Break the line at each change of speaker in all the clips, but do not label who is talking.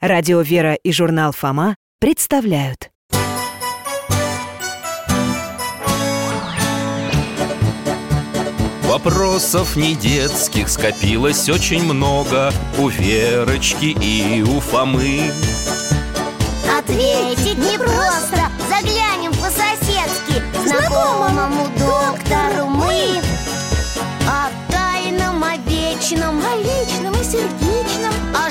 Радио «Вера» и журнал «Фома» представляют.
Вопросов не детских скопилось очень много У Верочки и у Фомы
Ответить непросто Заглянем по-соседски к Знакомому доктору мы О тайном, о вечном
О личном и сердечном,
О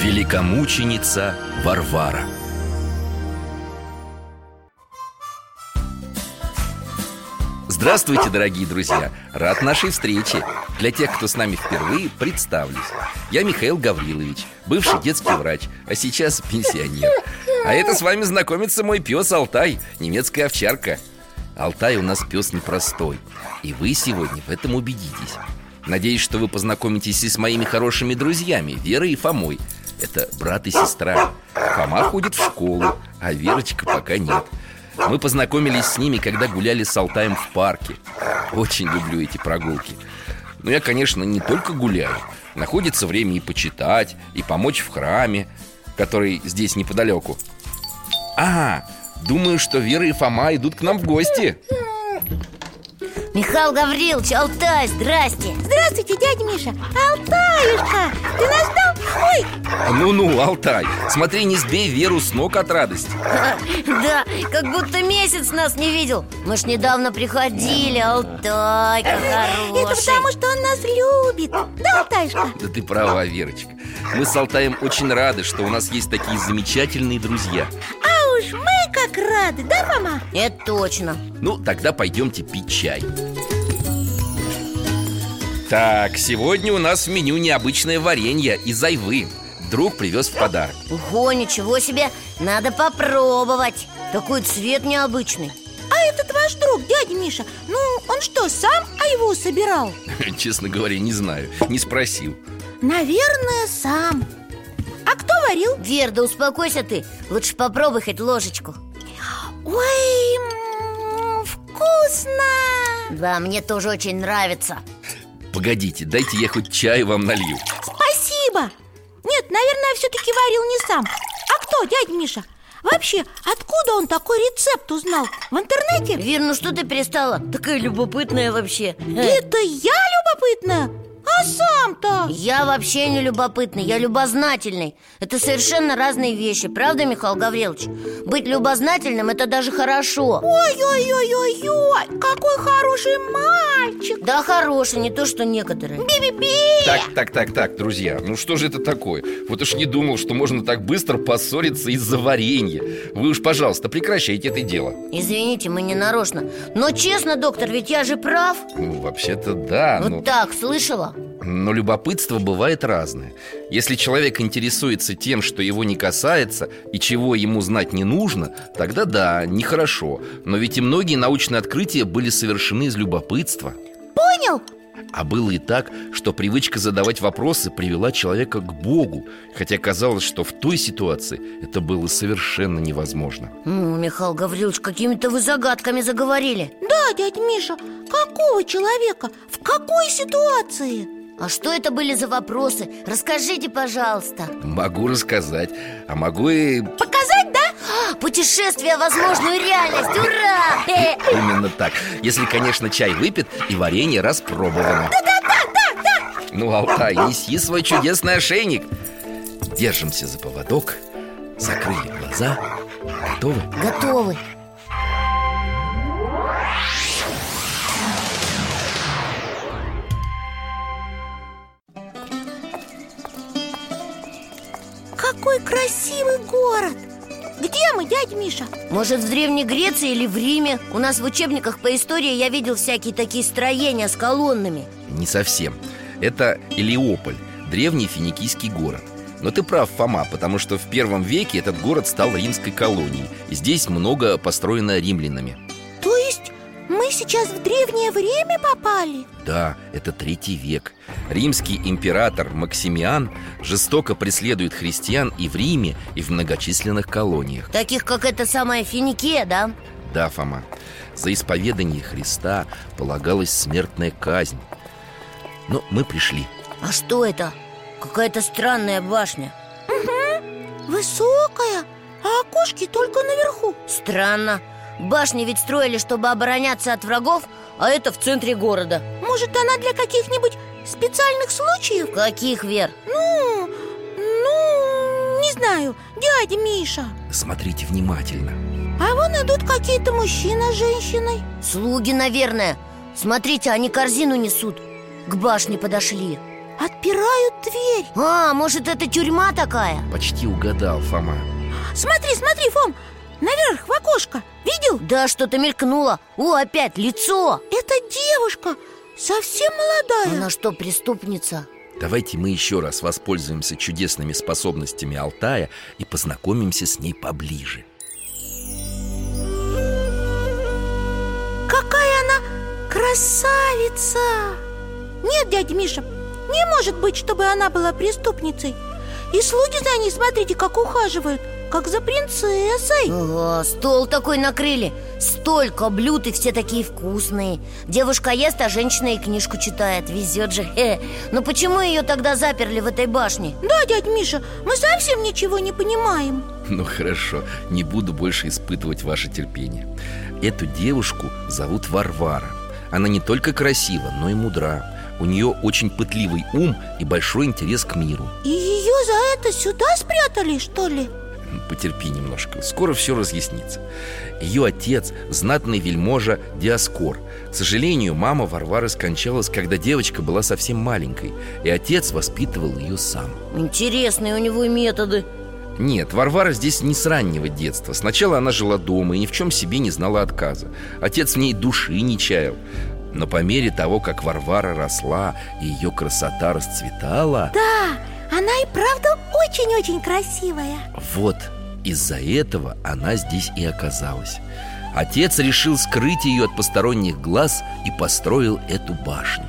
Великомученица Варвара Здравствуйте, дорогие друзья! Рад нашей встрече! Для тех, кто с нами впервые, представлюсь. Я Михаил Гаврилович, бывший детский врач, а сейчас пенсионер. А это с вами знакомится мой пес Алтай, немецкая овчарка. Алтай у нас пес непростой, и вы сегодня в этом убедитесь. Надеюсь, что вы познакомитесь и с моими хорошими друзьями Верой и Фомой. Это брат и сестра. Фома ходит в школу, а Верочка пока нет. Мы познакомились с ними, когда гуляли с Алтаем в парке. Очень люблю эти прогулки. Но я, конечно, не только гуляю. Находится время и почитать, и помочь в храме, который здесь неподалеку. А, думаю, что Вера и Фома идут к нам в гости.
Михаил Гаврилович, Алтай, здрасте
Здравствуйте, дядя Миша Алтаюшка, ты нас ждал? Ой,
Ну-ну, Алтай, смотри, не сбей Веру с ног от радости.
Да, как будто месяц нас не видел Мы ж недавно приходили, Алтай, как
это потому,
хороший
что он нас любит Да, Алтаюшка?
Да ты права, Верочка. Мы с Алтаем очень рады, что у нас есть такие замечательные друзья.
А уж мы как рады, да, мама?
Это точно
Ну, тогда пойдемте пить чай Так, сегодня у нас в меню необычное варенье из айвы Друг привез в подарок
Ого, ничего себе, надо попробовать Такой цвет необычный
А этот ваш друг, дядя Миша Ну, он что, сам айву собирал?
Честно говоря, не знаю, не спросил
Наверное, сам А кто варил?
Вер, да успокойся ты, лучше попробуй хоть ложечку
Ой, м, вкусно
Да, мне тоже очень нравится
Погодите, дайте я хоть чаю вам налью
Спасибо Нет, наверное, все-таки варил не сам А кто, дядя Миша? Вообще, откуда он такой рецепт узнал? В интернете?
Вер, ну что ты перестала? Такая любопытная вообще Э,
Это я любопытная? А сам-то?
Я вообще не любопытный, я любознательный Это совершенно разные вещи, правда, Михаил Гаврилович? Быть любознательным – это даже хорошо
Ой-ой-ой-ой-ой, какой хороший мальчик
Да хороший, не то что некоторые
Би-би-би
Так, так, так, так, друзья, ну что же это такое? Вот уж не думал, что можно так быстро поссориться из-за варенья Вы уж, пожалуйста, прекращайте это дело
Извините, мы не нарочно Но честно, доктор, ведь я же прав
Ну, вообще-то да,
Вот
но...
так, слышала?
Но любопытство бывает разное. Если человек интересуется тем, что его не касается и чего ему знать не нужно, тогда да, нехорошо. Но ведь и многие научные открытия были совершены из любопытства.
Понял?
А было и так, что привычка задавать вопросы привела человека к Богу, хотя казалось, что в той ситуации это было совершенно невозможно.
Ну, Михаил Гаврилович, какими-то вы загадками заговорили
Да, дядя Миша, какого человека? В какой ситуации?
А что это были за вопросы? Расскажите, пожалуйста
Могу рассказать, а могу и
Показать, да?
А, Путешествие в возможную реальность, ура! Э,
именно так. Если, конечно, чай выпит и варенье распробовано. Ну, Алтай, неси свой чудесный ошейник Держимся за поводок Закрыли глаза Готовы?
Готовы
Какой красивый город! Где мы, дядя Миша?
Может, в Древней Греции или в Риме? У нас в учебниках по истории я видел всякие такие строения с колоннами
Не совсем Это Элиополь, древний финикийский город Но ты прав, Фома, потому что в первом веке этот город стал римской колонией И здесь много построено римлянами
То есть мы сейчас в древнее время попали?
Да, это третий век Римский император Максимиан жестоко преследует христиан и в Риме, и в многочисленных колониях
Таких, как эта самая Финикия, да?
Да, Фома, за исповедание Христа полагалась смертная казнь Но мы пришли
А что это? Какая-то странная башня
Высокая, а окошки только наверху
Странно Башни ведь строили, чтобы обороняться от врагов А это в центре города
Может, она для каких-нибудь специальных случаев?
Каких, Вер?
Ну, ну, не знаю, дядя Миша
Смотрите внимательно
А вон идут какие-то мужчина с женщиной
Слуги, наверное Смотрите, они корзину несут К башне подошли
Отпирают дверь
А, может, это тюрьма такая?
Почти угадал, Фома
Смотри, смотри, Фом, наверх в окошко Видел?
Да, что-то мелькнуло О, опять лицо
Это девушка, совсем молодая
Она что, преступница?
Давайте мы еще раз воспользуемся чудесными способностями Алтая и познакомимся с ней поближе.
Какая она красавица! Нет, дядя Миша, не может быть, чтобы она была преступницей И слуги за ней, смотрите, как ухаживают Как за принцессой
Ага, стол такой накрыли Столько блюд и все такие вкусные Девушка ест, а женщина и книжку читает Везет же Хе. Но почему ее тогда заперли в этой башне?
Да, дядя Миша, мы совсем ничего не понимаем
Ну хорошо, не буду больше испытывать ваше терпение. Эту девушку зовут Варвара. Она не только красива, но и мудра. У нее очень пытливый ум и большой интерес к миру.
И ее за это сюда спрятали, что ли?
Потерпи немножко, скоро все разъяснится Ее отец – знатный вельможа Диаскор К сожалению, мама Варвары скончалась, когда девочка была совсем маленькой И отец воспитывал ее сам
Интересные у него методы
Нет, Варвара здесь не с раннего детства Сначала она жила дома и ни в чем себе не знала отказа Отец в ней души не чаял но по мере того, как Варвара росла и ее красота расцветала
Да, она и правда очень-очень красивая
Вот из-за этого она здесь и оказалась. Отец решил скрыть ее от посторонних глаз и построил эту башню.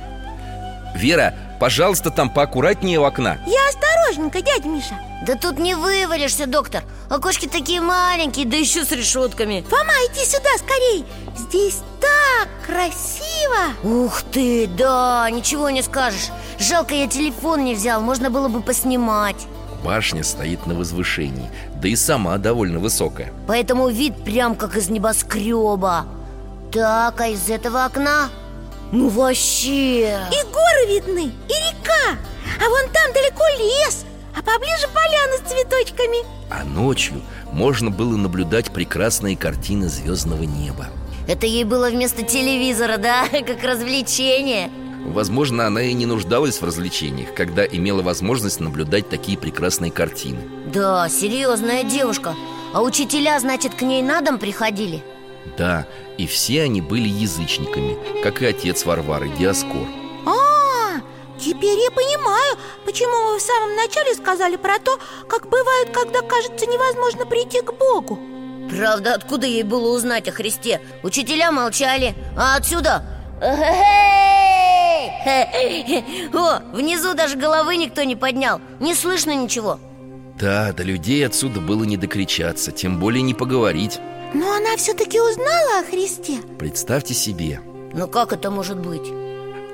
Вера, пожалуйста, там поаккуратнее у окна.
Я осторожненько, дядя Миша
Да тут не вывалишься, доктор Окошки такие маленькие, да еще с решетками
Фома, иди сюда скорей Здесь так красиво
Ух ты, да, ничего не скажешь Жалко, я телефон не взял, можно было бы поснимать
Башня стоит на возвышении, да и сама довольно высокая.
Поэтому вид прям как из небоскреба Так, а из этого окна? Ну вообще
И горы видны, и река А вон там далеко лес А поближе поляны с цветочками
А ночью можно было наблюдать прекрасные картины звездного неба.
Это ей было вместо телевизора, да? Как развлечение
Возможно, она и не нуждалась в развлечениях, когда имела возможность наблюдать такие прекрасные картины.
Да, серьезная девушка А учителя, значит, к ней на дом приходили?
Да, и все они были язычниками, как и отец Варвары Диаскор.
А, теперь я понимаю, почему вы в самом начале сказали про то Как бывает, когда кажется невозможно прийти к Богу
Правда, откуда ей было узнать о Христе? Учителя молчали, а отсюда... «Эй!» О, внизу даже головы никто не поднял Не слышно ничего
Да, до людей отсюда было не докричаться, тем более не поговорить
Но она все-таки узнала о Христе
Представьте себе
Ну как это может быть?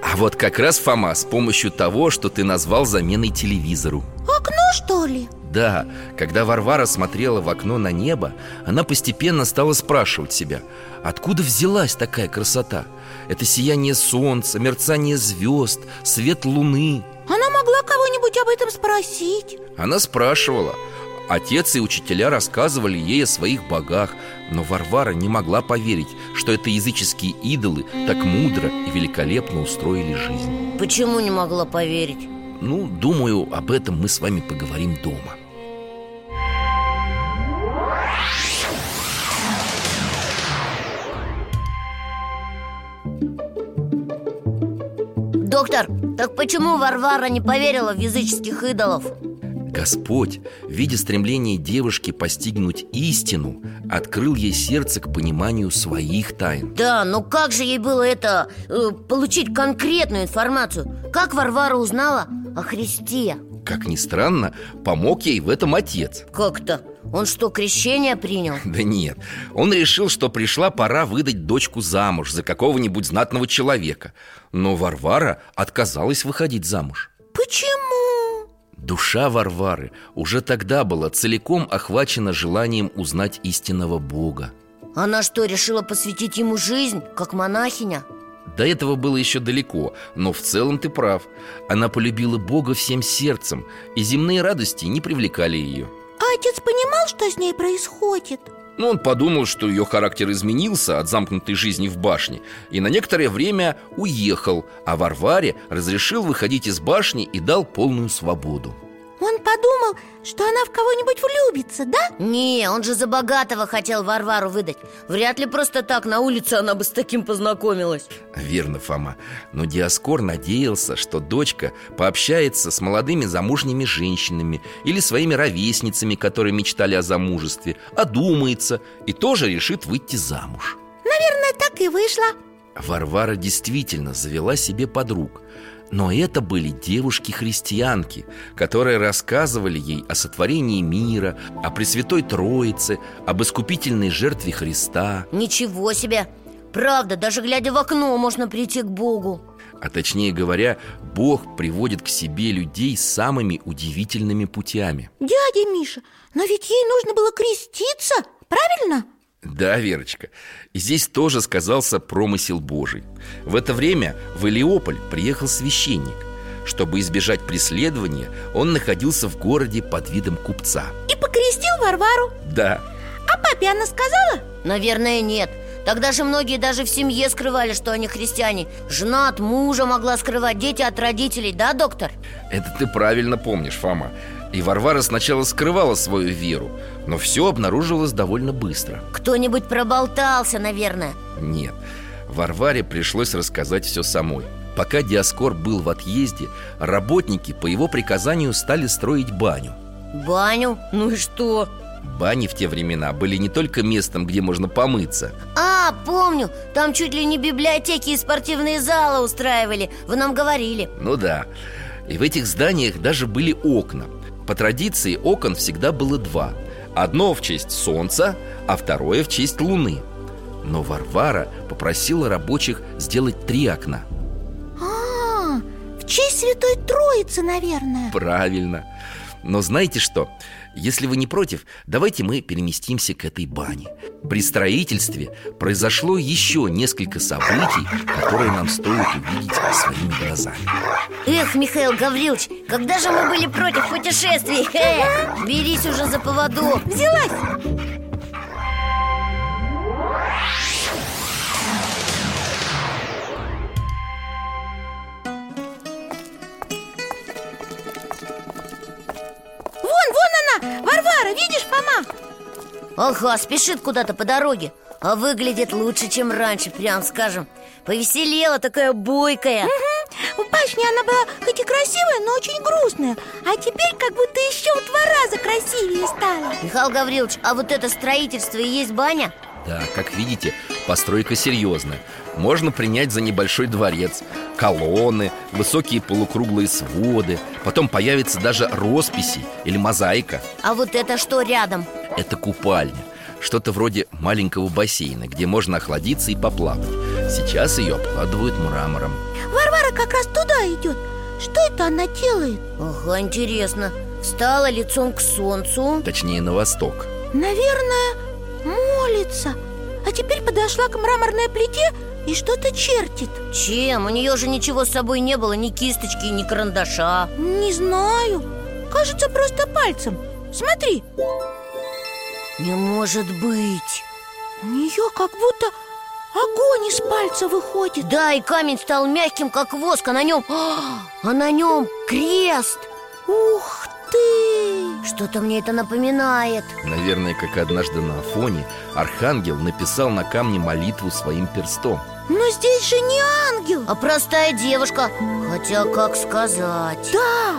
А вот как раз, Фома, с помощью того, что ты назвал заменой телевизору
Окно, что ли?
Да, когда Варвара смотрела в окно на небо, она постепенно стала спрашивать себя, откуда взялась такая красота? Это сияние солнца, мерцание звезд, свет луны.
Она могла кого-нибудь об этом спросить
Она спрашивала. Отец и учителя рассказывали ей о своих богах, но Варвара не могла поверить, что это языческие идолы так мудро и великолепно устроили жизнь.
Почему не могла поверить?
Ну, думаю, об этом мы с вами поговорим дома.
Доктор, так почему Варвара не поверила в языческих идолов?
Господь, видя стремление девушки постигнуть истину, открыл ей сердце к пониманию своих тайн.
Да, но как же ей было это э, получить конкретную информацию? Как Варвара узнала о Христе?
Как ни странно, помог ей в этом отец.
Как-то он что, крещение принял?
Да нет, он решил, что пришла пора выдать дочку замуж за какого-нибудь знатного человека. Но Варвара отказалась выходить замуж.
Почему?
Душа Варвары уже тогда была целиком охвачена желанием узнать истинного Бога.
Она что, решила посвятить ему жизнь, как монахиня?
До этого было еще далеко, но в целом ты прав. Она полюбила Бога всем сердцем, и земные радости не привлекали ее.
А отец понимал, что с ней происходит?
Но он подумал, что ее характер изменился от замкнутой жизни в башне и на некоторое время уехал, а Варваре разрешил выходить из башни и дал полную свободу.
Он подумал, что она в кого-нибудь влюбится, да?
Не, он же за богатого хотел Варвару выдать Вряд ли просто так на улице она бы с таким познакомилась
Верно, Фома. Но Диаскор надеялся, что дочка пообщается с молодыми замужними женщинами или своими ровесницами, которые мечтали о замужестве, одумается и тоже решит выйти замуж.
Наверное, так и вышло
Варвара действительно завела себе подруг. Но это были девушки-христианки, которые рассказывали ей о сотворении мира, о Пресвятой Троице, об искупительной жертве Христа,
Ничего себе! Правда, даже глядя в окно, можно прийти к Богу
а точнее говоря, Бог приводит к себе людей самыми удивительными путями.
Дядя Миша, но ведь ей нужно было креститься, правильно?
Да, Верочка, здесь тоже сказался промысел Божий. В это время в Элиополь приехал священник. Чтобы избежать преследования, он находился в городе под видом купца.
И покрестил Варвару
Да,
А папе она сказала?
Наверное, нет Тогда же многие даже в семье скрывали, что они христиане Жена от мужа могла скрывать дети от родителей, да, доктор?
это ты правильно помнишь, Фома. И Варвара сначала скрывала свою веру, но все обнаружилось довольно быстро.
Кто-нибудь проболтался, наверное
Нет, Варваре пришлось рассказать все самой Пока Диаскор был в отъезде, работники по его приказанию стали строить баню
Баню? Ну и что?
Бани в те времена были не только местом, где можно помыться
А, помню, там чуть ли не библиотеки и спортивные залы устраивали Вы нам говорили
Ну да, и в этих зданиях даже были окна По традиции окон всегда было два Одно в честь солнца, а второе в честь луны Но Варвара попросила рабочих сделать три окна
А, в честь Святой Троицы, наверное
Правильно. Но знаете что? Если вы не против, давайте мы переместимся к этой бане. При строительстве произошло еще несколько событий, которые нам стоит увидеть своими глазами.
Эх, Михаил Гаврилович, когда же мы были против путешествий? Эх, берись уже за поводок
Взялась Вон, вон она, Варвара, видишь, мама?
Ага, спешит куда-то по дороге А выглядит лучше, чем раньше, прям скажем Повеселела, такая бойкая
В башне она была хоть и красивая, но очень грустная А теперь как будто еще в два раза красивее стала
Михаил Гаврилович, а вот это строительство и есть баня?
Да, как видите, постройка серьезная. Можно принять за небольшой дворец, колонны, высокие полукруглые своды. Потом появится даже росписи или мозаика.
А вот это что рядом?
Это купальня Что-то вроде маленького бассейна, где можно охладиться и поплавать Сейчас ее обкладывают мрамором
Варвара как раз туда идет Что это она делает?
Ага, интересно Встала лицом к солнцу
Точнее, на восток
Наверное, молится А теперь подошла к мраморной плите и что-то чертит
Чем? У нее же ничего с собой не было Ни кисточки, ни карандаша
Не знаю Кажется, просто пальцем Смотри,
Не может быть
у нее как будто огонь из пальца выходит
Да, и камень стал мягким, как воск А на нем... А на нем крест
Ух ты!
Что-то мне это напоминает
Наверное, как однажды на Афоне Архангел написал на камне молитву своим перстом
Но здесь же не ангел
А простая девушка Хотя, как сказать
Да,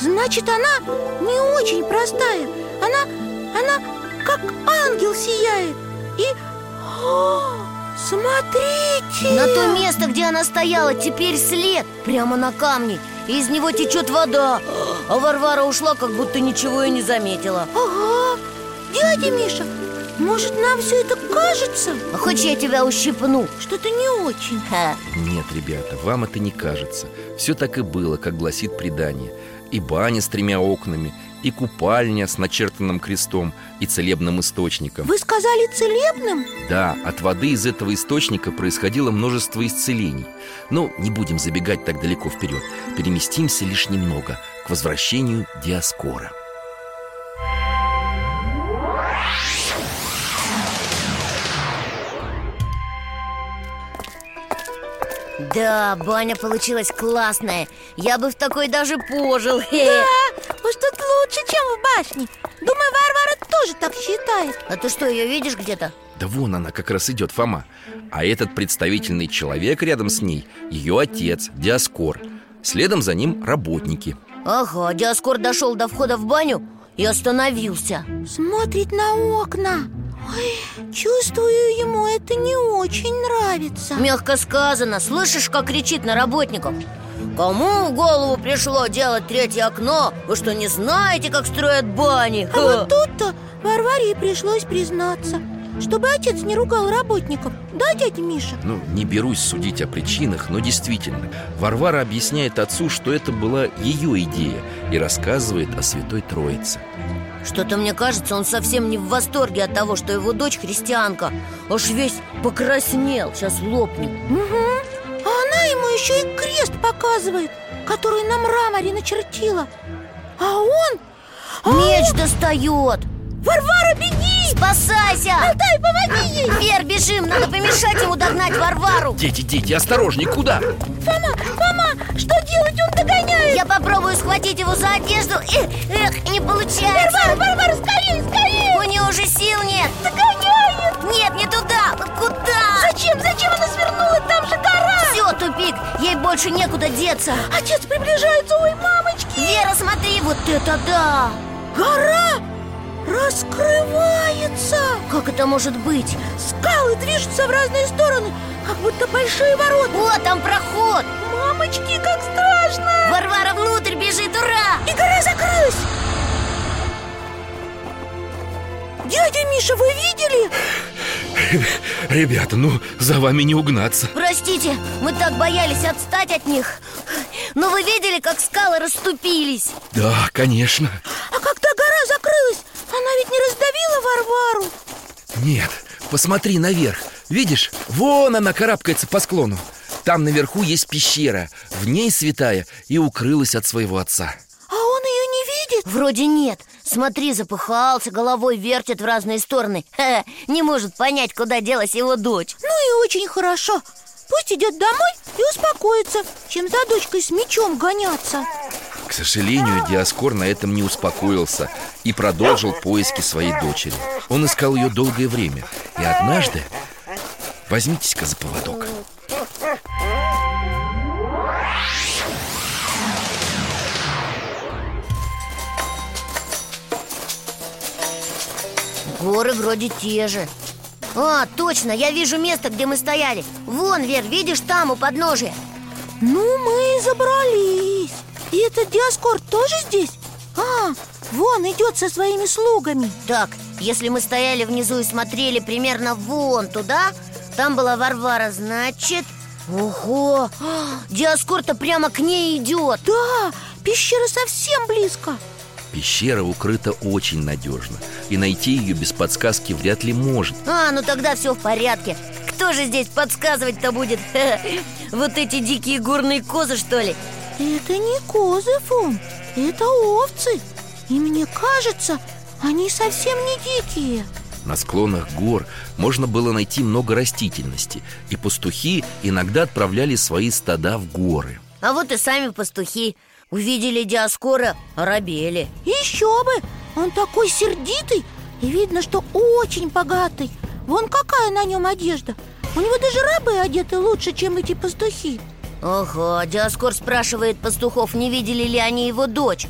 Значит, она не очень простая Она, она как ангел сияет И... О, смотрите!
На то место, где она стояла, теперь след Прямо на камне И из него течет вода А Варвара ушла, как будто ничего и не заметила
Ага, дядя Миша, может нам все это кажется?
А Хочешь, я тебя ущипну?
Что-то не очень
Ха.
Нет, ребята, вам это не кажется Все так и было, как гласит предание И баня с тремя окнами И купальня с начертанным крестом И целебным источником
Вы сказали целебным?
Да, от воды из этого источника происходило множество исцелений Но не будем забегать так далеко вперед Переместимся лишь немного К возвращению Диаскора
Да, баня получилась классная Я бы в такой даже пожил Хе.
Уж тут лучше, чем в башне Думаю, Варвара тоже так считает
А ты что, ее видишь где-то?
Да вон она как раз идет, Фома А этот представительный человек рядом с ней Ее отец, Диаскор Следом за ним работники
Ага, Диаскор дошел до входа в баню и остановился
Смотрит на окна Ой, чувствую, ему это не очень нравится
Мягко сказано, слышишь, как кричит на работников? Кому в голову пришло делать третье окно? Вы что, не знаете, как строят бани?
А вот тут-то Варваре и пришлось признаться Чтобы отец не ругал работников Да, дядя Миша?
Ну, не берусь судить о причинах, но действительно Варвара объясняет отцу, что это была ее идея И рассказывает о Святой Троице
Что-то мне кажется, он совсем не в восторге от того, что его дочь христианка Аж весь покраснел, сейчас лопнет
А она ему еще и крест показывает Который на мраморе начертила А он... А он-
Меч достает
Варвара, беги!
Спасайся!
Дай, помоги ей!
Вер, бежим, надо помешать ему догнать Варвару
Дети, дети, осторожней, куда?
Фома, Фома, что делать? Он догоняет!
Я попробую схватить его за одежду Эх, эх, не получается
Варвара, Варвара, скорее, скорее!
У нее уже сил нет
Догоняет!
Нет, не туда, куда?
Зачем, зачем она свернула? Там же гора!
Все, тупик, ей больше некуда деться
Отец приближается, ой, мамочки!
Вера, смотри, вот это да!
Гора раскрывается!
Как это может быть?
Скалы движутся в разные стороны, как будто большие ворота.
О, там проход!
Мамочки, как страшно!
Варвара внутрь бежит, ура!
И гора закрылась! Дядя Миша, вы видели?
Ребята, ну за вами не угнаться
Простите, мы так боялись отстать от них Но вы видели, как скалы расступились?
Да, конечно
А когда гора закрылась, она ведь не раздавила Варвару.
Нет, посмотри наверх Видишь, вон она карабкается по склону Там наверху есть пещера В ней святая и укрылась от своего отца
А он ее не видит.
Вроде нет Смотри, запыхался, головой вертит в разные стороны Ха, Не может понять, куда делась его дочь
Ну и очень хорошо. Пусть идет домой и успокоится, чем за дочкой с мечом гоняться.
К сожалению, Диаскор на этом не успокоился и продолжил поиски своей дочери. Он искал ее долгое время, и однажды... Возьмитесь-ка за поводок.
Горы вроде те же А, точно, я вижу место, где мы стояли Вон, Вер, видишь, там у подножия
Ну, мы и забрались И этот Диаскор тоже здесь? А, вон идет со своими слугами
Так, если мы стояли внизу и смотрели примерно вон туда Там была Варвара, значит... Ого! Диаскор-то прямо к ней идет
Да, пещера совсем близко
Пещера укрыта очень надежно, и найти ее без подсказки вряд ли может.
А, ну тогда все в порядке Кто же здесь подсказывать-то будет? Вот эти дикие горные козы, что ли?
Это не козы, Фом, это овцы И мне кажется, они совсем не дикие
На склонах гор можно было найти много растительности, и пастухи иногда отправляли свои стада в горы.
А вот и сами пастухи Увидели Диаскора, оробели
Еще бы, он такой сердитый И видно, что очень богатый Вон какая на нем одежда У него даже рабы одеты лучше, чем эти пастухи
Ага, Диаскор спрашивает пастухов, не видели ли они его дочь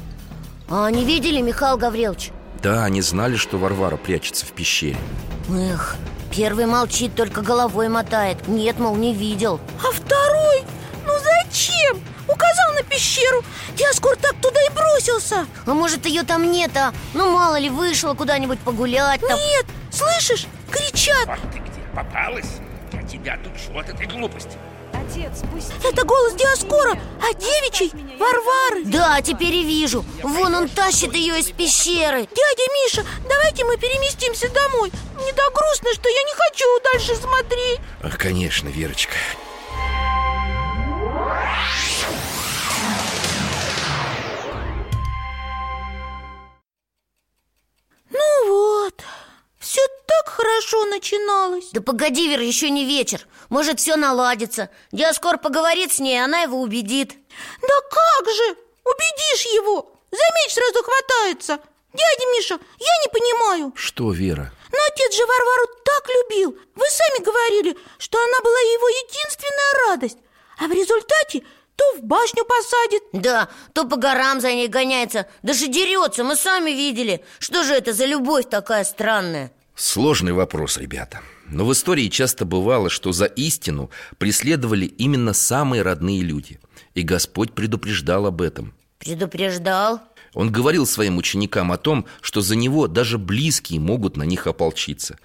А они видели, Михаил Гаврилович?
Да, они знали, что Варвара прячется в пещере
Эх, первый молчит, только головой мотает Нет, мол, не видел
А второй? Ну зачем? Указал на пещеру Я скоро так туда и бросился
А может, ее там нет, а? Ну, мало ли, вышла куда-нибудь погулять там
Нет, слышишь? Кричат
Вот ты где попалась? Я тебя отучу от этой глупости.
Отец, пусти
Это голос
пусти
Диаскора,
меня.
а девичий
Оставь меня, я
Варвары
Да, теперь и вижу Вон он тащит ее из пещеры
Дядя Миша, давайте мы переместимся домой Мне так грустно, что я не хочу дальше смотреть
Ах, Конечно, Верочка
Ну вот, все так хорошо начиналось
Да погоди, Вер, еще не вечер Может, все наладится Диаскор поговорит с ней, она его убедит
Да как же, убедишь его За меч сразу хватается Дядя Миша, я не понимаю
Что, Вера?
Но отец же Варвару так любил Вы сами говорили, что она была его единственная радость А в результате то в башню посадит
Да, то по горам за ней гоняется Даже дерется, мы сами видели Что же это за любовь такая странная?
Сложный вопрос, ребята Но в истории часто бывало, что за истину преследовали именно самые родные люди И Господь предупреждал об этом
Предупреждал
Он говорил своим ученикам о том, что за него даже близкие могут на них ополчиться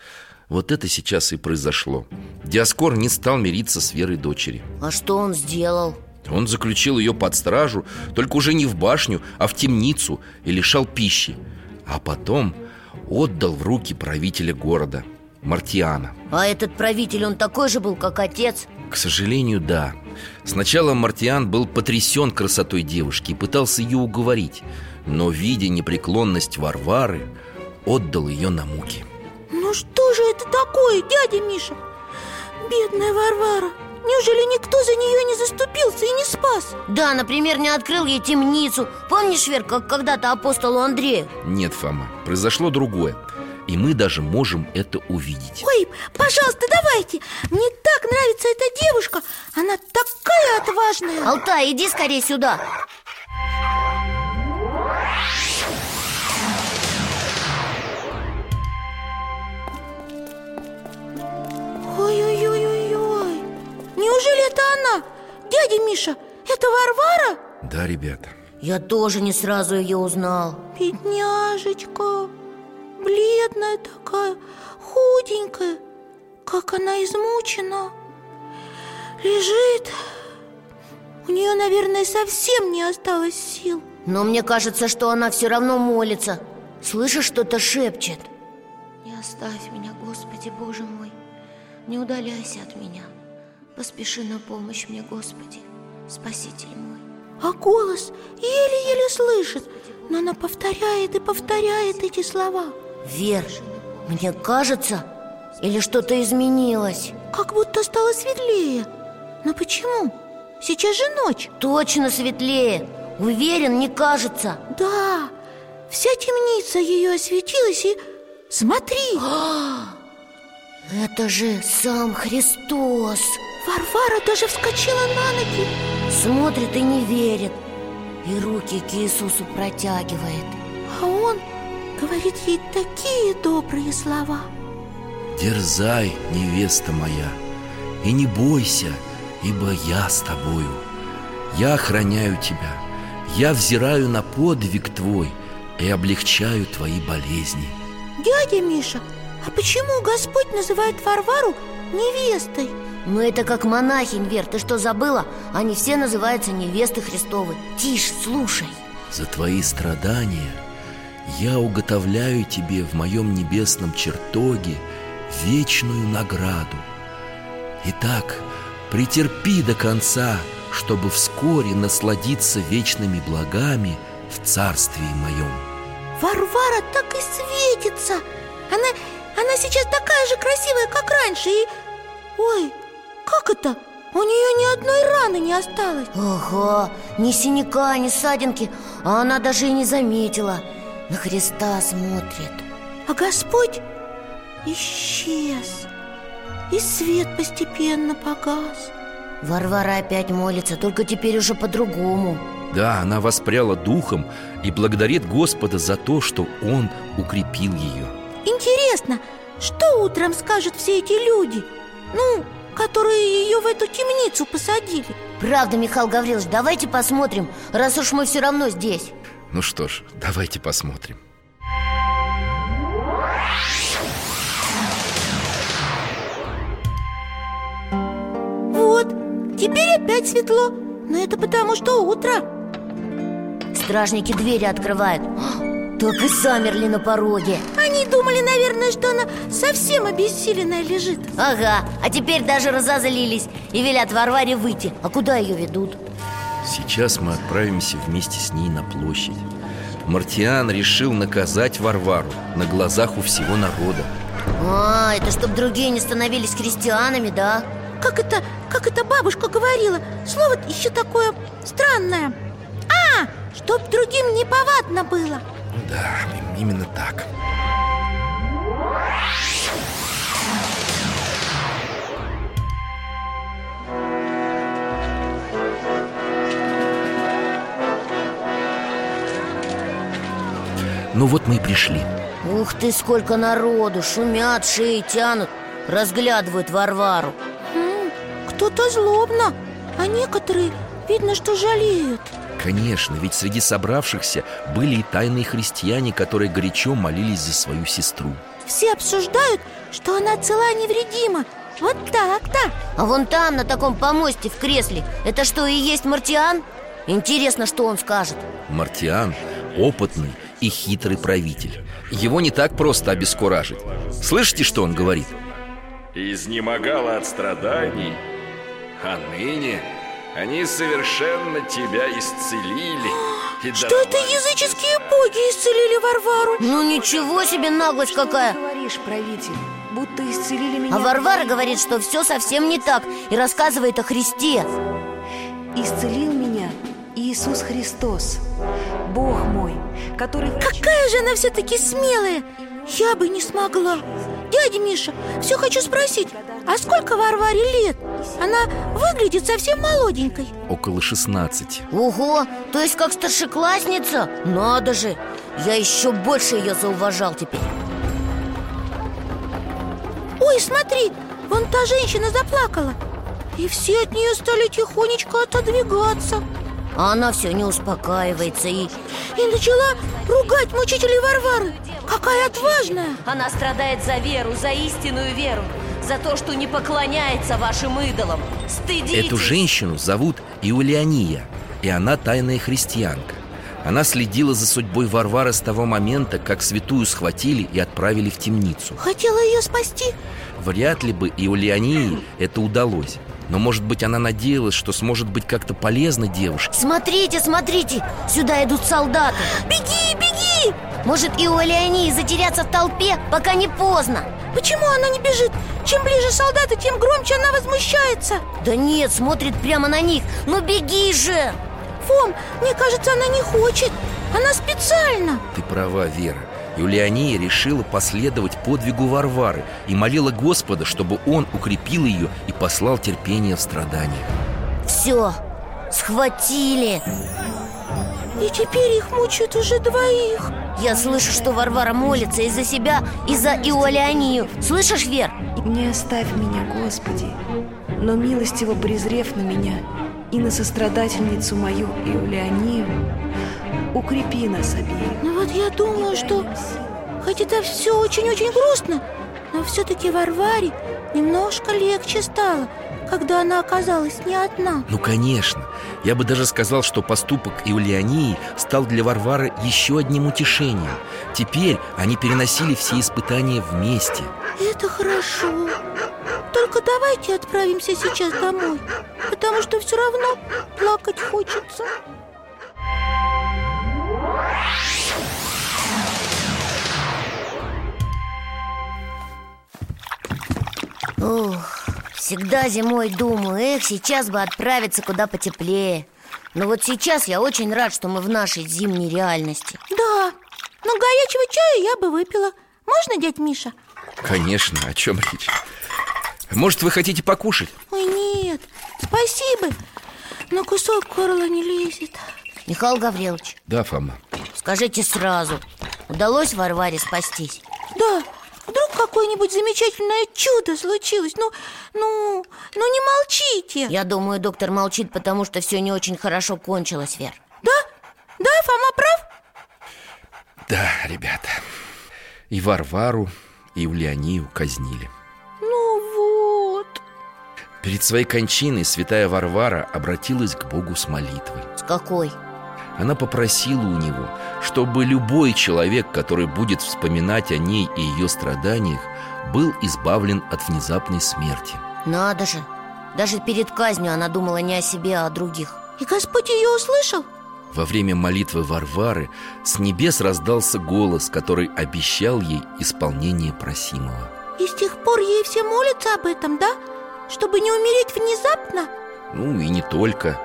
Вот это сейчас и произошло Диаскор не стал мириться с верой дочери
А что он сделал?
Он заключил ее под стражу, только уже не в башню, а в темницу и лишал пищи. А потом отдал в руки правителя города, Мартиана.
А этот правитель, он такой же был, как отец
К сожалению, да. Сначала Мартиан был потрясен красотой девушки и пытался ее уговорить, но, видя непреклонность Варвары, отдал ее на муки.
Ну что же это такое, дядя Миша? Бедная Варвара Неужели никто за нее не заступился и не спас?
Да, например, не открыл ей темницу Помнишь, Вер, как когда-то апостолу Андрею?
Нет, Фома, произошло другое, и мы даже можем это увидеть.
Ой, пожалуйста, давайте Мне так нравится эта девушка Она такая отважная
Алтай, иди скорее сюда
Ой-ой-ой-ой-ой Неужели это она? Дядя Миша, это Варвара?
Да, ребята,
Я тоже не сразу ее узнал
Бедняжечка Бледная такая, худенькая Как она измучена Лежит У нее, наверное, совсем не осталось сил
Но мне кажется, что она все равно молится Слышишь, что-то шепчет
Не оставь меня, Господи Боже мой, не удаляйся от меня. Поспеши на помощь мне, Господи, Спаситель мой.
А голос еле-еле слышит Но она повторяет и повторяет эти слова
Вер, мне кажется, или что-то изменилось
Как будто стало светлее Но почему? Сейчас же ночь
Точно светлее Уверен, не кажется
Да, вся темница ее осветилась и... Смотри!
Это же сам Христос
Варвара даже вскочила на ноги
Смотрит и не верит И руки к Иисусу протягивает
А он говорит ей такие добрые слова
Дерзай, невеста моя, и не бойся, ибо я с тобою. Я охраняю тебя, я взираю на подвиг твой и облегчаю твои болезни.
Дядя Миша, а почему Господь называет Варвару невестой?
Ну это как монахинь, Вер, ты что забыла? Они все называются невесты Христовы Тише, слушай
За твои страдания я уготовляю тебе в моем небесном чертоге вечную награду. Итак, претерпи до конца, чтобы вскоре насладиться вечными благами в Царстве моем.
Варвара так и светится Она, она сейчас такая же красивая, как раньше И... Ой, как это? У нее ни одной раны не осталось
Ага, ни синяка, ни ссадинки А она даже и не заметила На Христа смотрит
А Господь исчез И свет постепенно погас
Варвара опять молится, только теперь уже по-другому
Да, она воспряла духом и благодарит Господа за то, что Он укрепил ее.
Интересно, что утром скажут все эти люди? Ну, которые ее в эту темницу посадили
Правда, Михаил Гаврилович, давайте посмотрим, раз уж мы все равно здесь
Ну что ж, давайте посмотрим.
Вот, теперь опять светло Но это потому, что утро
Стражники двери открывают А, Так и замерли на пороге
Они думали, наверное, что она совсем обессиленная лежит
Ага, а теперь даже разозлились И велят Варваре выйти А куда ее ведут?
Сейчас мы отправимся вместе с ней на площадь. Мартиан решил наказать Варвару на глазах у всего народа.
А, это чтоб другие не становились христианами, да?
Как это, как это бабушка говорила Слово еще такое странное А, чтоб другим неповадно было
Ну Да, именно так. Ну вот мы и пришли.
Ух ты, сколько народу! Шумят, шеи тянут Разглядывают Варвару
М, Кто-то злобно, а некоторые, видно, что жалеют
Конечно, ведь среди собравшихся были и тайные христиане, которые горячо молились за свою сестру.
Все обсуждают, что она цела и невредима Вот так-то
А вон там, на таком помосте в кресле Это что, и есть Мартиан? Интересно, что он скажет
Мартиан – опытный и хитрый правитель. Его не так просто обескуражить. Слышите, что он говорит?
изнемогала от страданий, а ныне они совершенно тебя исцелили. И
Что
даровали
это языческие боги исцелили Варвару?
Ну ничего себе наглость какая
говоришь, правитель? Будто исцелили меня
А Варвара говорит, что все совсем не так И рассказывает о Христе
Исцелил меня Иисус Христос Бог мой, который...
Какая же она все-таки смелая Я бы не смогла Дядя Миша, все хочу спросить А сколько Варваре лет? Она выглядит совсем молоденькой
Около 16.
Ого, то есть как старшеклассница? Надо же, я еще больше ее зауважал теперь
Ой, смотри, вон та женщина заплакала И все от нее стали тихонечко отодвигаться
А она все не успокаивается и...
И начала ругать мучителей Варвары Какая отважная
Она страдает за веру, за истинную веру, за то, что не поклоняется вашим идолам. Стыдитесь!
Эту женщину зовут Иулиания, и она тайная христианка. Она следила за судьбой Варвары с того момента, как святую схватили и отправили в темницу.
Хотела ее спасти
Вряд ли бы Иулиании это удалось. Но, может быть, она надеялась, что сможет быть как-то полезна девушке.
Смотрите, смотрите, сюда идут солдаты
Беги, беги!
Может, и у Леонии затеряться в толпе, пока не поздно
Почему она не бежит? Чем ближе солдаты, тем громче она возмущается
Да нет, смотрит прямо на них Ну беги же!
Фом, мне кажется, она не хочет Она специально
Ты права, Вера. Юлиания решила последовать подвигу Варвары и молила Господа, чтобы он укрепил ее и послал терпение в страданиях.
Все, схватили
И теперь их мучают уже двоих
Я слышу, что Варвара молится и за себя, и за Иолеонию Слышишь, Вер?
Не оставь меня, Господи, но милостиво презрев на меня и на сострадательницу мою Иулианию, укрепи нас обеих.
Ну вот я думаю, что... Хоть это все очень-очень грустно Но все-таки Варваре немножко легче стало Когда она оказалась не одна
Ну, конечно. Я бы даже сказал, что поступок Иулиании стал для Варвары еще одним утешением. Теперь они переносили все испытания вместе.
Это хорошо Только давайте отправимся сейчас домой Потому что все равно плакать хочется
Ох, всегда зимой думаю, эх, сейчас бы отправиться куда потеплее Но вот сейчас я очень рад, что мы в нашей зимней реальности
Да, но горячего чая я бы выпила Можно, дядь Миша?
Конечно, о чем речь? Может, вы хотите покушать?
Ой, нет, спасибо Но кусок горла не лезет
Михаил Гаврилович,
Да, Фома
скажите сразу Удалось Варваре спастись?
Да, вдруг какое-нибудь замечательное чудо случилось Ну, ну, ну не молчите
Я думаю, доктор молчит, потому что все не очень хорошо кончилось, Вер
Да, да, Фома прав?
Да, ребята И Варвару, и Евлеонию казнили
Ну вот
Перед своей кончиной святая Варвара обратилась к Богу с молитвой
С какой?
Она попросила у него, чтобы любой человек, который будет вспоминать о ней и ее страданиях, был избавлен от внезапной смерти.
Надо же Даже перед казнью она думала не о себе, а о других
И Господь ее услышал?
Во время молитвы Варвары с небес раздался голос, который обещал ей исполнение просимого.
И с тех пор ей все молятся об этом, да? Чтобы не умереть внезапно?
Ну и не только.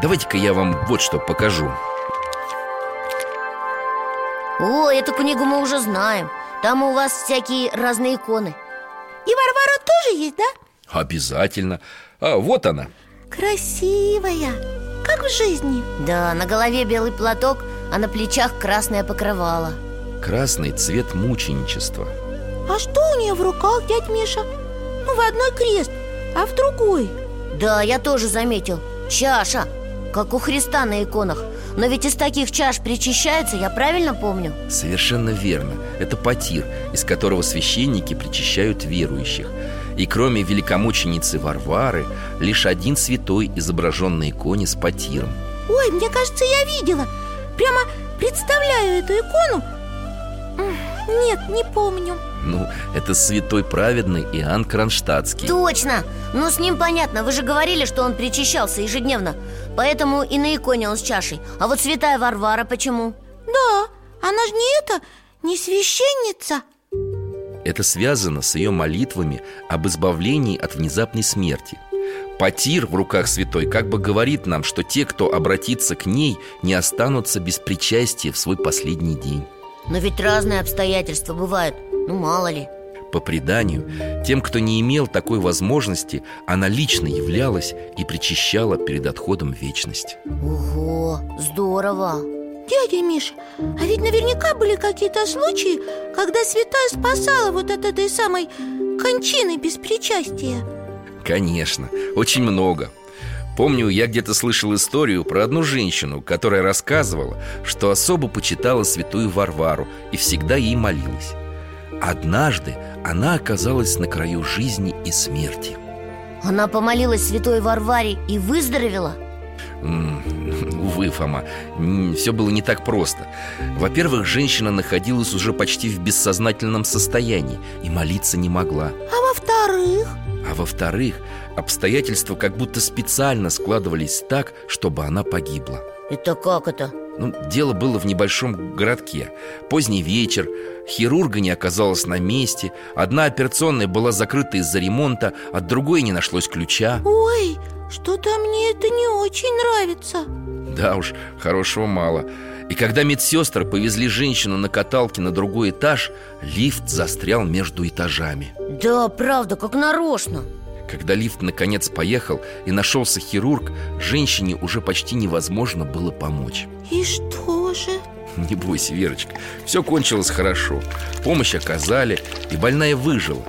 Давайте-ка я вам вот что покажу.
О, эту книгу мы уже знаем Там у вас всякие разные иконы
И Варвара тоже есть, да?
Обязательно. А, вот она.
Красивая, как в жизни
Да, на голове белый платок, а на плечах красное покрывало
Красный цвет мученичества.
А что у нее в руках, дядь Миша? Ну, в одной крест, а в другой
Да, я тоже заметил Чаша, как у Христа на иконах Но ведь из таких чаш причащаются, я правильно помню?
Совершенно верно. Это потир, из которого священники причащают верующих. И кроме великомученицы Варвары, лишь один святой изображен на иконе с потиром.
Ой, мне кажется, я видела Прямо представляю эту икону М, Нет, не помню
Ну, это святой праведный Иоанн Кронштадтский.
Точно! Ну, с ним понятно, вы же говорили, что он причащался ежедневно Поэтому и на иконе он с чашей А вот святая Варвара почему?
Да, она же не это, не священница
Это связано с ее молитвами об избавлении от внезапной смерти. Потир в руках святой как бы говорит нам, что те, кто обратится к ней, не останутся без причастия в свой последний день.
Но ведь разные обстоятельства бывают Ну, мало ли
По преданию, тем, кто не имел такой возможности, она лично являлась и причащала перед отходом в вечность.
Ого, здорово
Дядя Миша, а ведь наверняка были какие-то случаи, когда святая спасала вот от этой самой кончины без причастия
Конечно, очень много. Помню, я где-то слышал историю про одну женщину, которая рассказывала, что особо почитала святую Варвару и всегда ей молилась. Однажды она оказалась на краю жизни и смерти.
Она помолилась святой Варваре и выздоровела?
М, Увы, Фома, все было не так просто Во-первых, женщина находилась уже почти в бессознательном состоянии И молиться не могла
А во-вторых,
А во-вторых, обстоятельства как будто специально складывались так, чтобы она погибла
Это как это?
ну, дело было в небольшом городке Поздний вечер, хирурга не оказалась на месте Одна операционная была закрыта из-за ремонта От другой не нашлось ключа
ой, что-то мне это не очень нравится
Да уж, хорошего мало И когда медсестры повезли женщину на каталке на другой этаж Лифт застрял между этажами
Да, правда, как нарочно
Когда лифт наконец поехал и нашелся хирург Женщине уже почти невозможно было помочь
И что же?
Не бойся, Верочка, все кончилось хорошо Помощь оказали, и больная выжила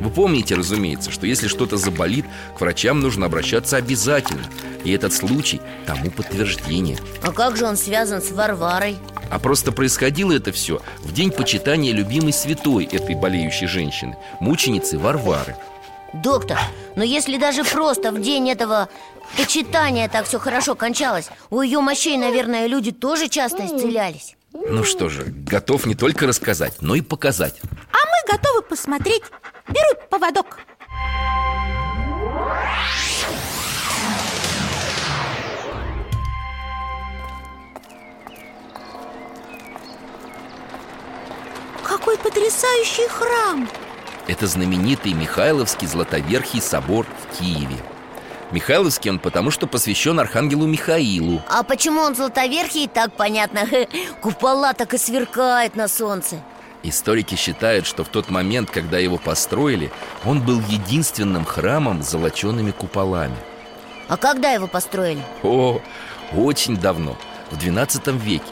Вы помните, разумеется, что если что-то заболит К врачам нужно обращаться обязательно И этот случай тому подтверждение
А как же он связан с Варварой?
А просто происходило это все в день почитания любимой святой этой болеющей женщины, мученицы Варвары.
Доктор, но если даже просто в день этого почитания так все хорошо кончалось У ее мощей, наверное, люди тоже часто исцелялись
Ну что же, готов не только рассказать, но и показать.
А мы готовы посмотреть Берут поводок Какой потрясающий храм!
Это знаменитый Михайловский Златоверхий собор в Киеве. Михайловский он потому, что посвящен архангелу Михаилу.
А почему он златоверхий, так понятно Купола так и сверкают на солнце
Историки считают, что в тот момент, когда его построили, он был единственным храмом с золочеными куполами.
А когда его построили?
О, очень давно в XII веке.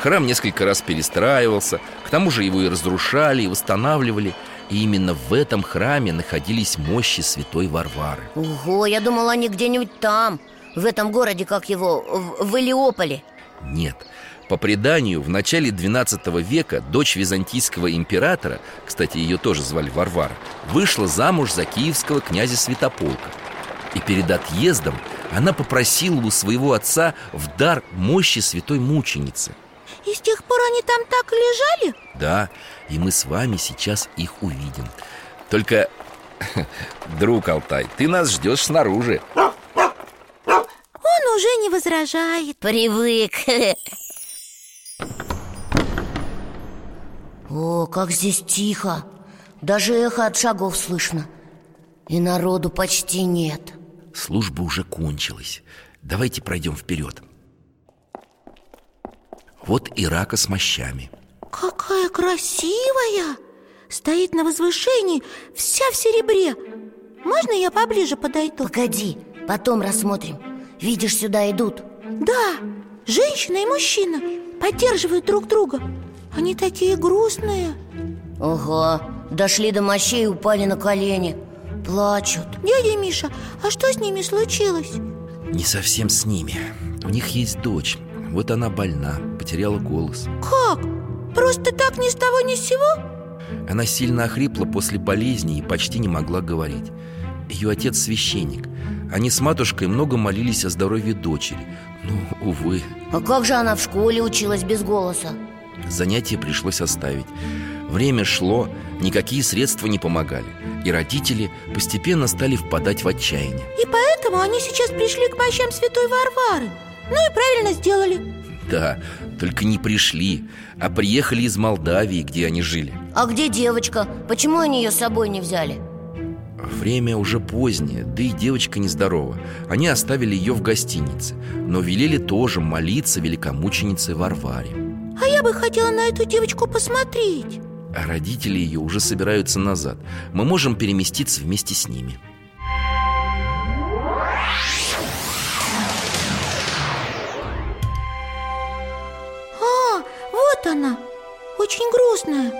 Храм несколько раз перестраивался, к тому же его и разрушали, и восстанавливали. И именно в этом храме находились мощи святой Варвары.
Ого, я думала, они где-нибудь там В этом городе, как его, в, в Элиополе
Нет. По преданию, в начале XII века дочь византийского императора, кстати, ее тоже звали Варвара, вышла замуж за киевского князя Святополка. И перед отъездом она попросила у своего отца в дар мощи святой мученицы.
И с тех пор они там так и лежали?
Да, и мы с вами сейчас их увидим. Только, друг Алтай, ты нас ждешь снаружи.
Он уже не возражает
Привык О, как здесь тихо Даже эхо от шагов слышно И народу почти нет
Служба уже кончилась. Давайте пройдем вперед. Вот и рака с мощами.
Какая красивая! Стоит на возвышении, вся в серебре Можно я поближе подойду?
Погоди, потом рассмотрим Видишь, сюда идут
Да, женщина и мужчина поддерживают друг друга Они такие грустные
Ого, дошли до мощей и упали на колени Плачут
Дядя Миша, а что с ними случилось?
Не совсем с ними. У них есть дочь. Вот она больна, потеряла голос.
Как? Просто так ни с того ни с сего?
Она сильно охрипла после болезни и почти не могла говорить. Ее отец священник. Они с матушкой много молились о здоровье дочери. Но, увы,
А как же она в школе училась без голоса?
занятие пришлось оставить. Время шло, никакие средства не помогали. И родители постепенно стали впадать в отчаяние.
И поэтому они сейчас пришли к мощам святой Варвары Ну и правильно сделали
Да, только не пришли, а приехали из Молдавии, где они жили.
А где девочка? Почему они ее с собой не взяли?
Время уже позднее, да и девочка нездорова. Они оставили ее в гостинице, но велели тоже молиться великомученице Варваре.
А я бы хотела на эту девочку посмотреть
А родители ее уже собираются назад. Мы можем переместиться вместе с ними.
А, вот она, очень грустная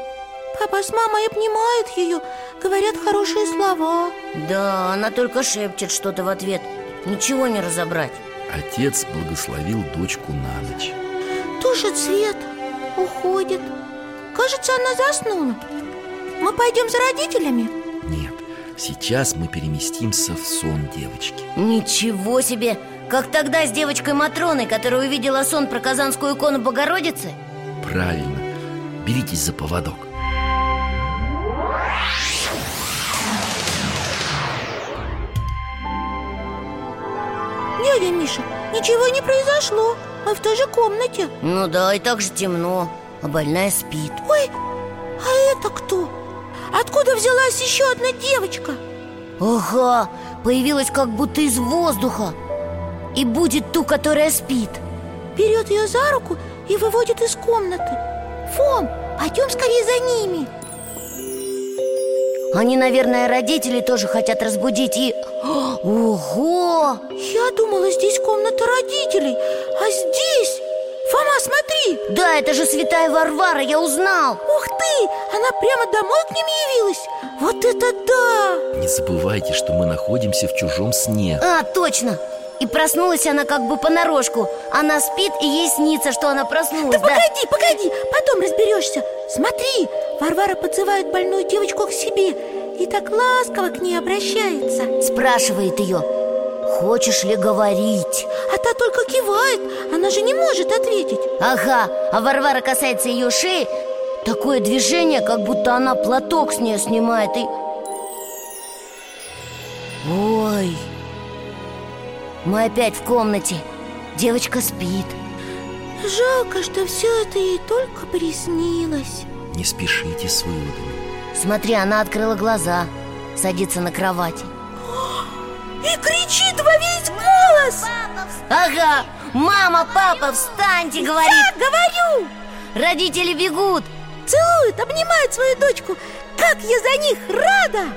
Папа с мамой обнимают ее, говорят хорошие слова
Да, она только шепчет что-то в ответ Ничего не разобрать
Отец благословил дочку на ночь.
Тушит свет, уходит Кажется, она заснула Мы пойдем за родителями?
Нет, сейчас мы переместимся в сон девочки.
Ничего себе! Как тогда с девочкой Матроной, которая увидела сон про казанскую икону Богородицы?
Правильно. Беритесь за поводок.
Дядя Миша, ничего не произошло Мы в той же комнате
Ну да, и так же темно, а больная спит
Ой, а это кто? Откуда взялась еще одна девочка?
Ага, появилась как будто из воздуха И будет ту, которая спит
Берет ее за руку и выводит из комнаты Фом, пойдем скорее за ними
Они, наверное, родители тоже хотят разбудить и... О, Ого!
Я думала, здесь комната родителей А здесь... Фома, смотри!
Да, это же святая Варвара, я узнал
Ух ты! Она прямо домой к ним явилась Вот это да!
Не забывайте, что мы находимся в чужом сне.
А, точно! И проснулась она как бы понарошку Она спит и ей снится, что она проснулась да?
Погоди, погоди, потом разберешься Смотри, Варвара подзывает больную девочку к себе И так ласково к ней обращается
Спрашивает ее Хочешь ли говорить?
А та только кивает, она же не может ответить
Ага, а Варвара касается ее шеи Такое движение, как будто она платок с нее снимает и... Ой Мы опять в комнате Девочка спит
Жалко, что все это ей только приснилось
Не спешите с выводами.
Смотри, она открыла глаза Садится на кровати
И кричит во весь голос
Ага, мама, папа, встаньте, говорит
Я говорю!
Родители бегут
Целует, обнимает свою дочку Как я за них рада!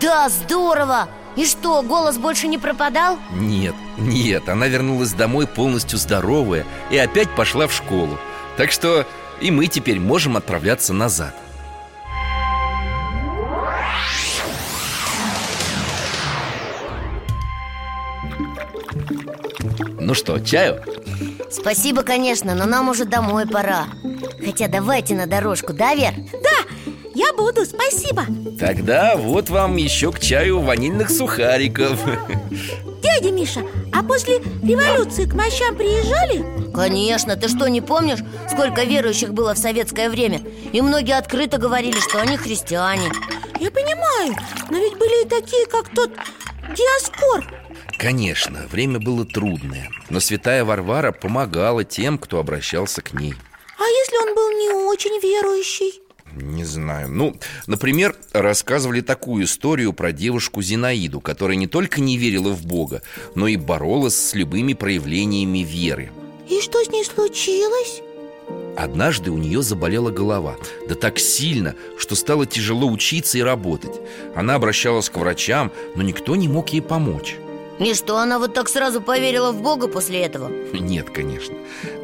Да, здорово! И что, голос больше не пропадал?
Нет, Нет, она вернулась домой полностью здоровая и опять пошла в школу. Так что и мы теперь можем отправляться назад. Ну что, чаю?
Спасибо, конечно, но нам уже домой пора Хотя давайте на дорожку, да, Вер?
Я буду, спасибо
Тогда вот вам еще к чаю ванильных сухариков
Дядя Миша, а после революции к мощам приезжали?
Конечно, ты что, не помнишь, сколько верующих было в советское время? И многие открыто говорили, что они христиане
Я понимаю, но ведь были и такие, как тот Диаскор
Конечно, время было трудное Но святая Варвара помогала тем, кто обращался к ней
А если он был не очень верующий?
Не знаю. Ну, например, рассказывали такую историю про девушку Зинаиду, которая не только не верила в Бога, но и боролась с любыми проявлениями веры.
И что с ней случилось?
Однажды у нее заболела голова Да так сильно, что стало тяжело учиться и работать Она обращалась к врачам, но никто не мог ей помочь
И что, она вот так сразу поверила в Бога после этого?
Нет, конечно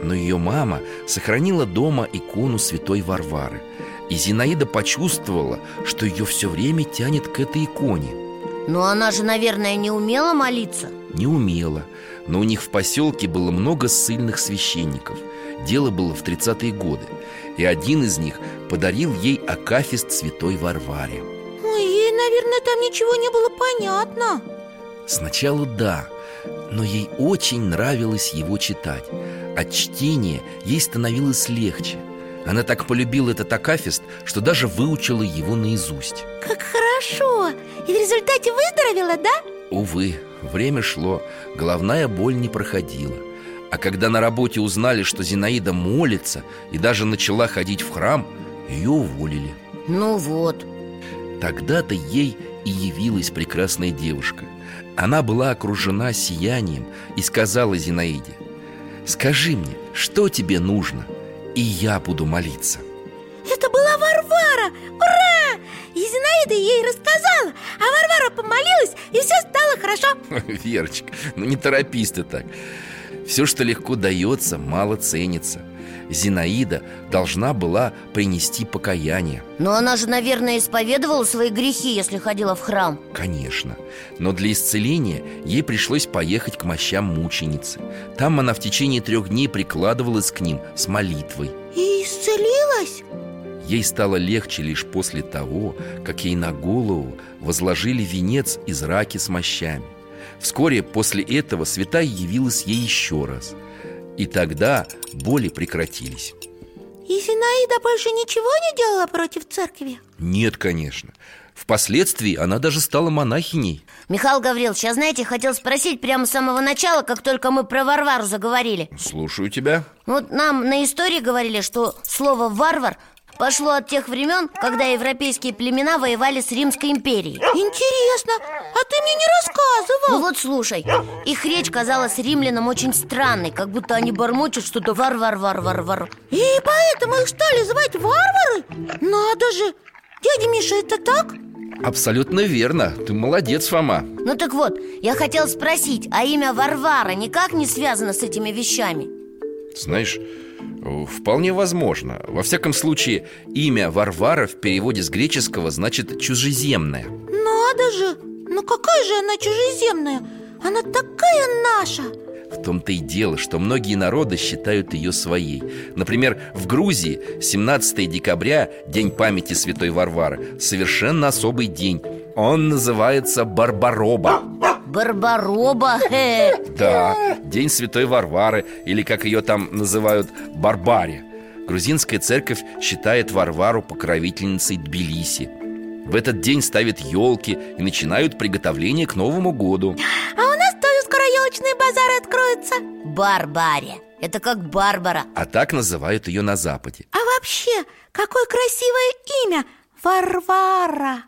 Но ее мама сохранила дома икону святой Варвары И Зинаида почувствовала, что ее все время тянет к этой иконе
Но она же, наверное, не умела молиться
Не умела Но у них в поселке было много ссыльных священников Дело было в 30-е годы И один из них подарил ей акафист святой Варваре
Ой, ей, наверное, там ничего не было понятно
Сначала да, но ей очень нравилось его читать. От чтения ей становилось легче. Она так полюбила этот акафист, что даже выучила его наизусть.
Как хорошо! И в результате выздоровела, да?
Увы, время шло, головная боль не проходила. А когда на работе узнали, что Зинаида молится и даже начала ходить в храм, ее уволили.
Ну вот,
Тогда-то ей и явилась прекрасная девушка. Она была окружена сиянием и сказала Зинаиде, «Скажи мне, что тебе нужно, и я буду молиться».
Это была Варвара! Ура! И Зинаида ей рассказала А Варвара помолилась, и все стало хорошо
Верочка, ну не торопись ты так Все, что легко дается, мало ценится Зинаида должна была принести покаяние
но она же, наверное, исповедовала свои грехи, если ходила в храм
Конечно Но для исцеления ей пришлось поехать к мощам мученицы Там она в течение трех дней прикладывалась к ним с молитвой
И исцелилась?
Ей стало легче лишь после того, как ей на голову возложили венец из раки с мощами. Вскоре после этого святая явилась ей еще раз. И тогда боли прекратились.
И Зинаида больше ничего не делала против церкви?
Нет, конечно. Впоследствии она даже стала монахиней.
Михаил Гаврилович, я, знаете, хотел спросить прямо с самого начала, как только мы про Варвару заговорили
Слушаю тебя.
Ну, Вот нам на истории говорили, что слово «варвар» пошло от тех времен, когда европейские племена воевали с Римской империей
Интересно, а ты мне не
Ну
рассказывал
вот слушай, их речь казалась римлянам очень странной Как будто они бормочут что-то вар-вар-вар-вар-вар
И поэтому их стали звать варвары? Надо же! Дядя Миша, это так?
Абсолютно верно. Ты молодец, Фома.
Ну так вот, я хотел спросить, а имя Варвара никак не связано с этими вещами?
Знаешь, э, вполне возможно. Во всяком случае, имя Варвара в переводе с греческого значит «чужеземное».
Надо же! Ну какая же она чужеземная? Она такая наша!
В том-то и дело, что многие народы считают ее своей. Например, в Грузии 17 декабря, День памяти святой Варвары, совершенно особый день. Он называется Барбароба.
Барбароба, хе.
Да, День святой Варвары, или как ее там называют, Барбаре. Грузинская церковь считает Варвару покровительницей Тбилиси. В этот день ставят елки и начинают приготовление к Новому году.
А у нас тоже скоро елочные базары откроются
Барбаре Это как Барбара
А так называют ее на Западе.
А вообще, какое красивое имя Варвара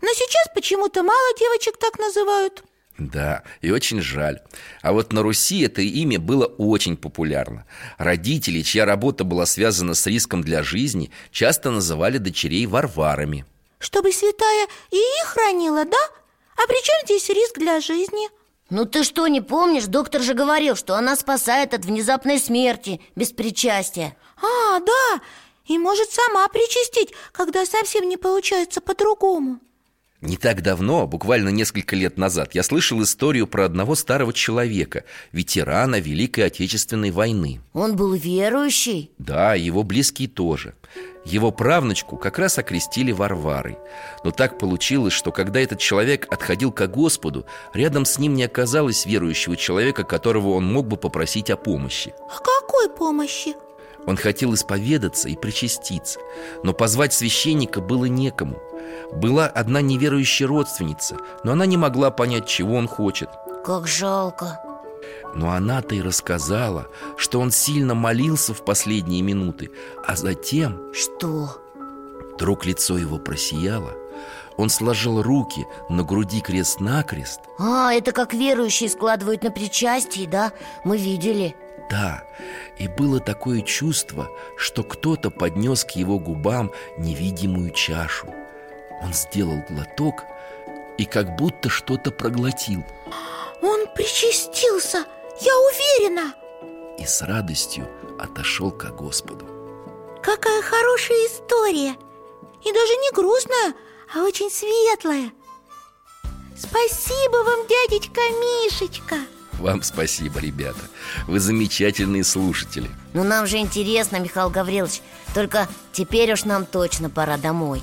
Но сейчас почему-то мало девочек так называют
Да, и очень жаль. А вот на Руси это имя было очень популярно. Родители, чья работа была связана с риском для жизни, часто называли дочерей варварами.
Чтобы святая и их хранила, да? А при чем здесь риск для жизни?
Ну ты что, не помнишь? Доктор же говорил, что она спасает от внезапной смерти Без причастия
А, да, и может сама причастить, когда совсем не получается по-другому
Не так давно, буквально несколько лет назад, я слышал историю про одного старого человека, ветерана Великой Отечественной войны.
Он был верующий?
Да, его близкие тоже. Его правнучку как раз окрестили Варварой. Но так получилось, что когда этот человек отходил ко Господу, рядом с ним не оказалось верующего человека, которого он мог бы попросить о помощи.
О А какой помощи?
Он хотел исповедаться и причаститься, но позвать священника было некому. Была одна неверующая родственница, но она не могла понять, чего он хочет.
Как жалко
Но она-то и рассказала, что он сильно молился в последние минуты, а затем
Что?
Вдруг лицо его просияло Он сложил руки на груди крест-накрест
А, это как верующие складывают на причастие, да? Мы видели
Да, и было такое чувство, что кто-то поднес к его губам невидимую чашу Он сделал глоток и как будто что-то проглотил
Он причастился, я уверена
И с радостью отошел ко Господу
Какая хорошая история И даже не грустная, а очень светлая Спасибо вам, дядечка Мишечка
Вам спасибо, ребята Вы замечательные слушатели
Но нам же интересно, Михаил Гаврилович Только теперь уж нам точно пора домой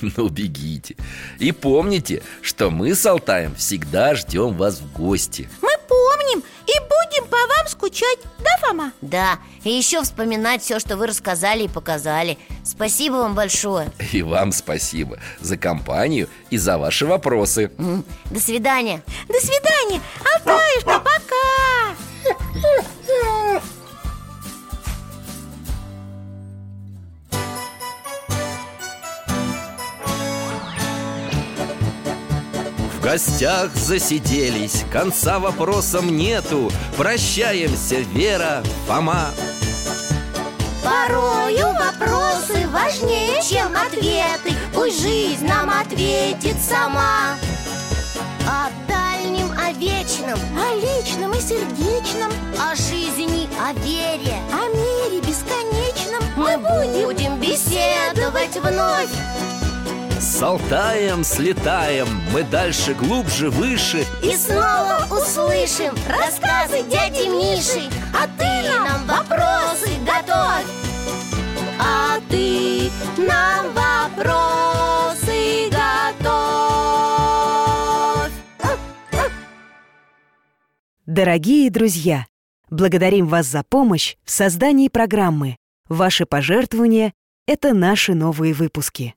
Ну, бегите И помните, что мы с Алтаем всегда ждем вас в гости
Мы помним и будем по вам скучать, да, Фома?
Да, и еще вспоминать все, что вы рассказали и показали Спасибо вам большое
И вам спасибо за компанию и за ваши вопросы
М, До свидания
До свидания, Алтаюшка, пока!
В гостях засиделись, конца вопросам нету Прощаемся, Вера, Фома
Порою вопросы важнее, чем
ответы Пусть жизнь нам ответит сама О дальнем, о вечном,
О личном и сердечном,
о жизни, о вере
о мире бесконечном
Мы будем беседовать вновь
С Алтаем слетаем Мы дальше, глубже, выше
И снова услышим рассказы дяди Миши А ты нам вопросы готовь А ты нам вопросы готовь
Дорогие друзья, благодарим вас за помощь в создании программы. Ваши пожертвования – это наши новые выпуски.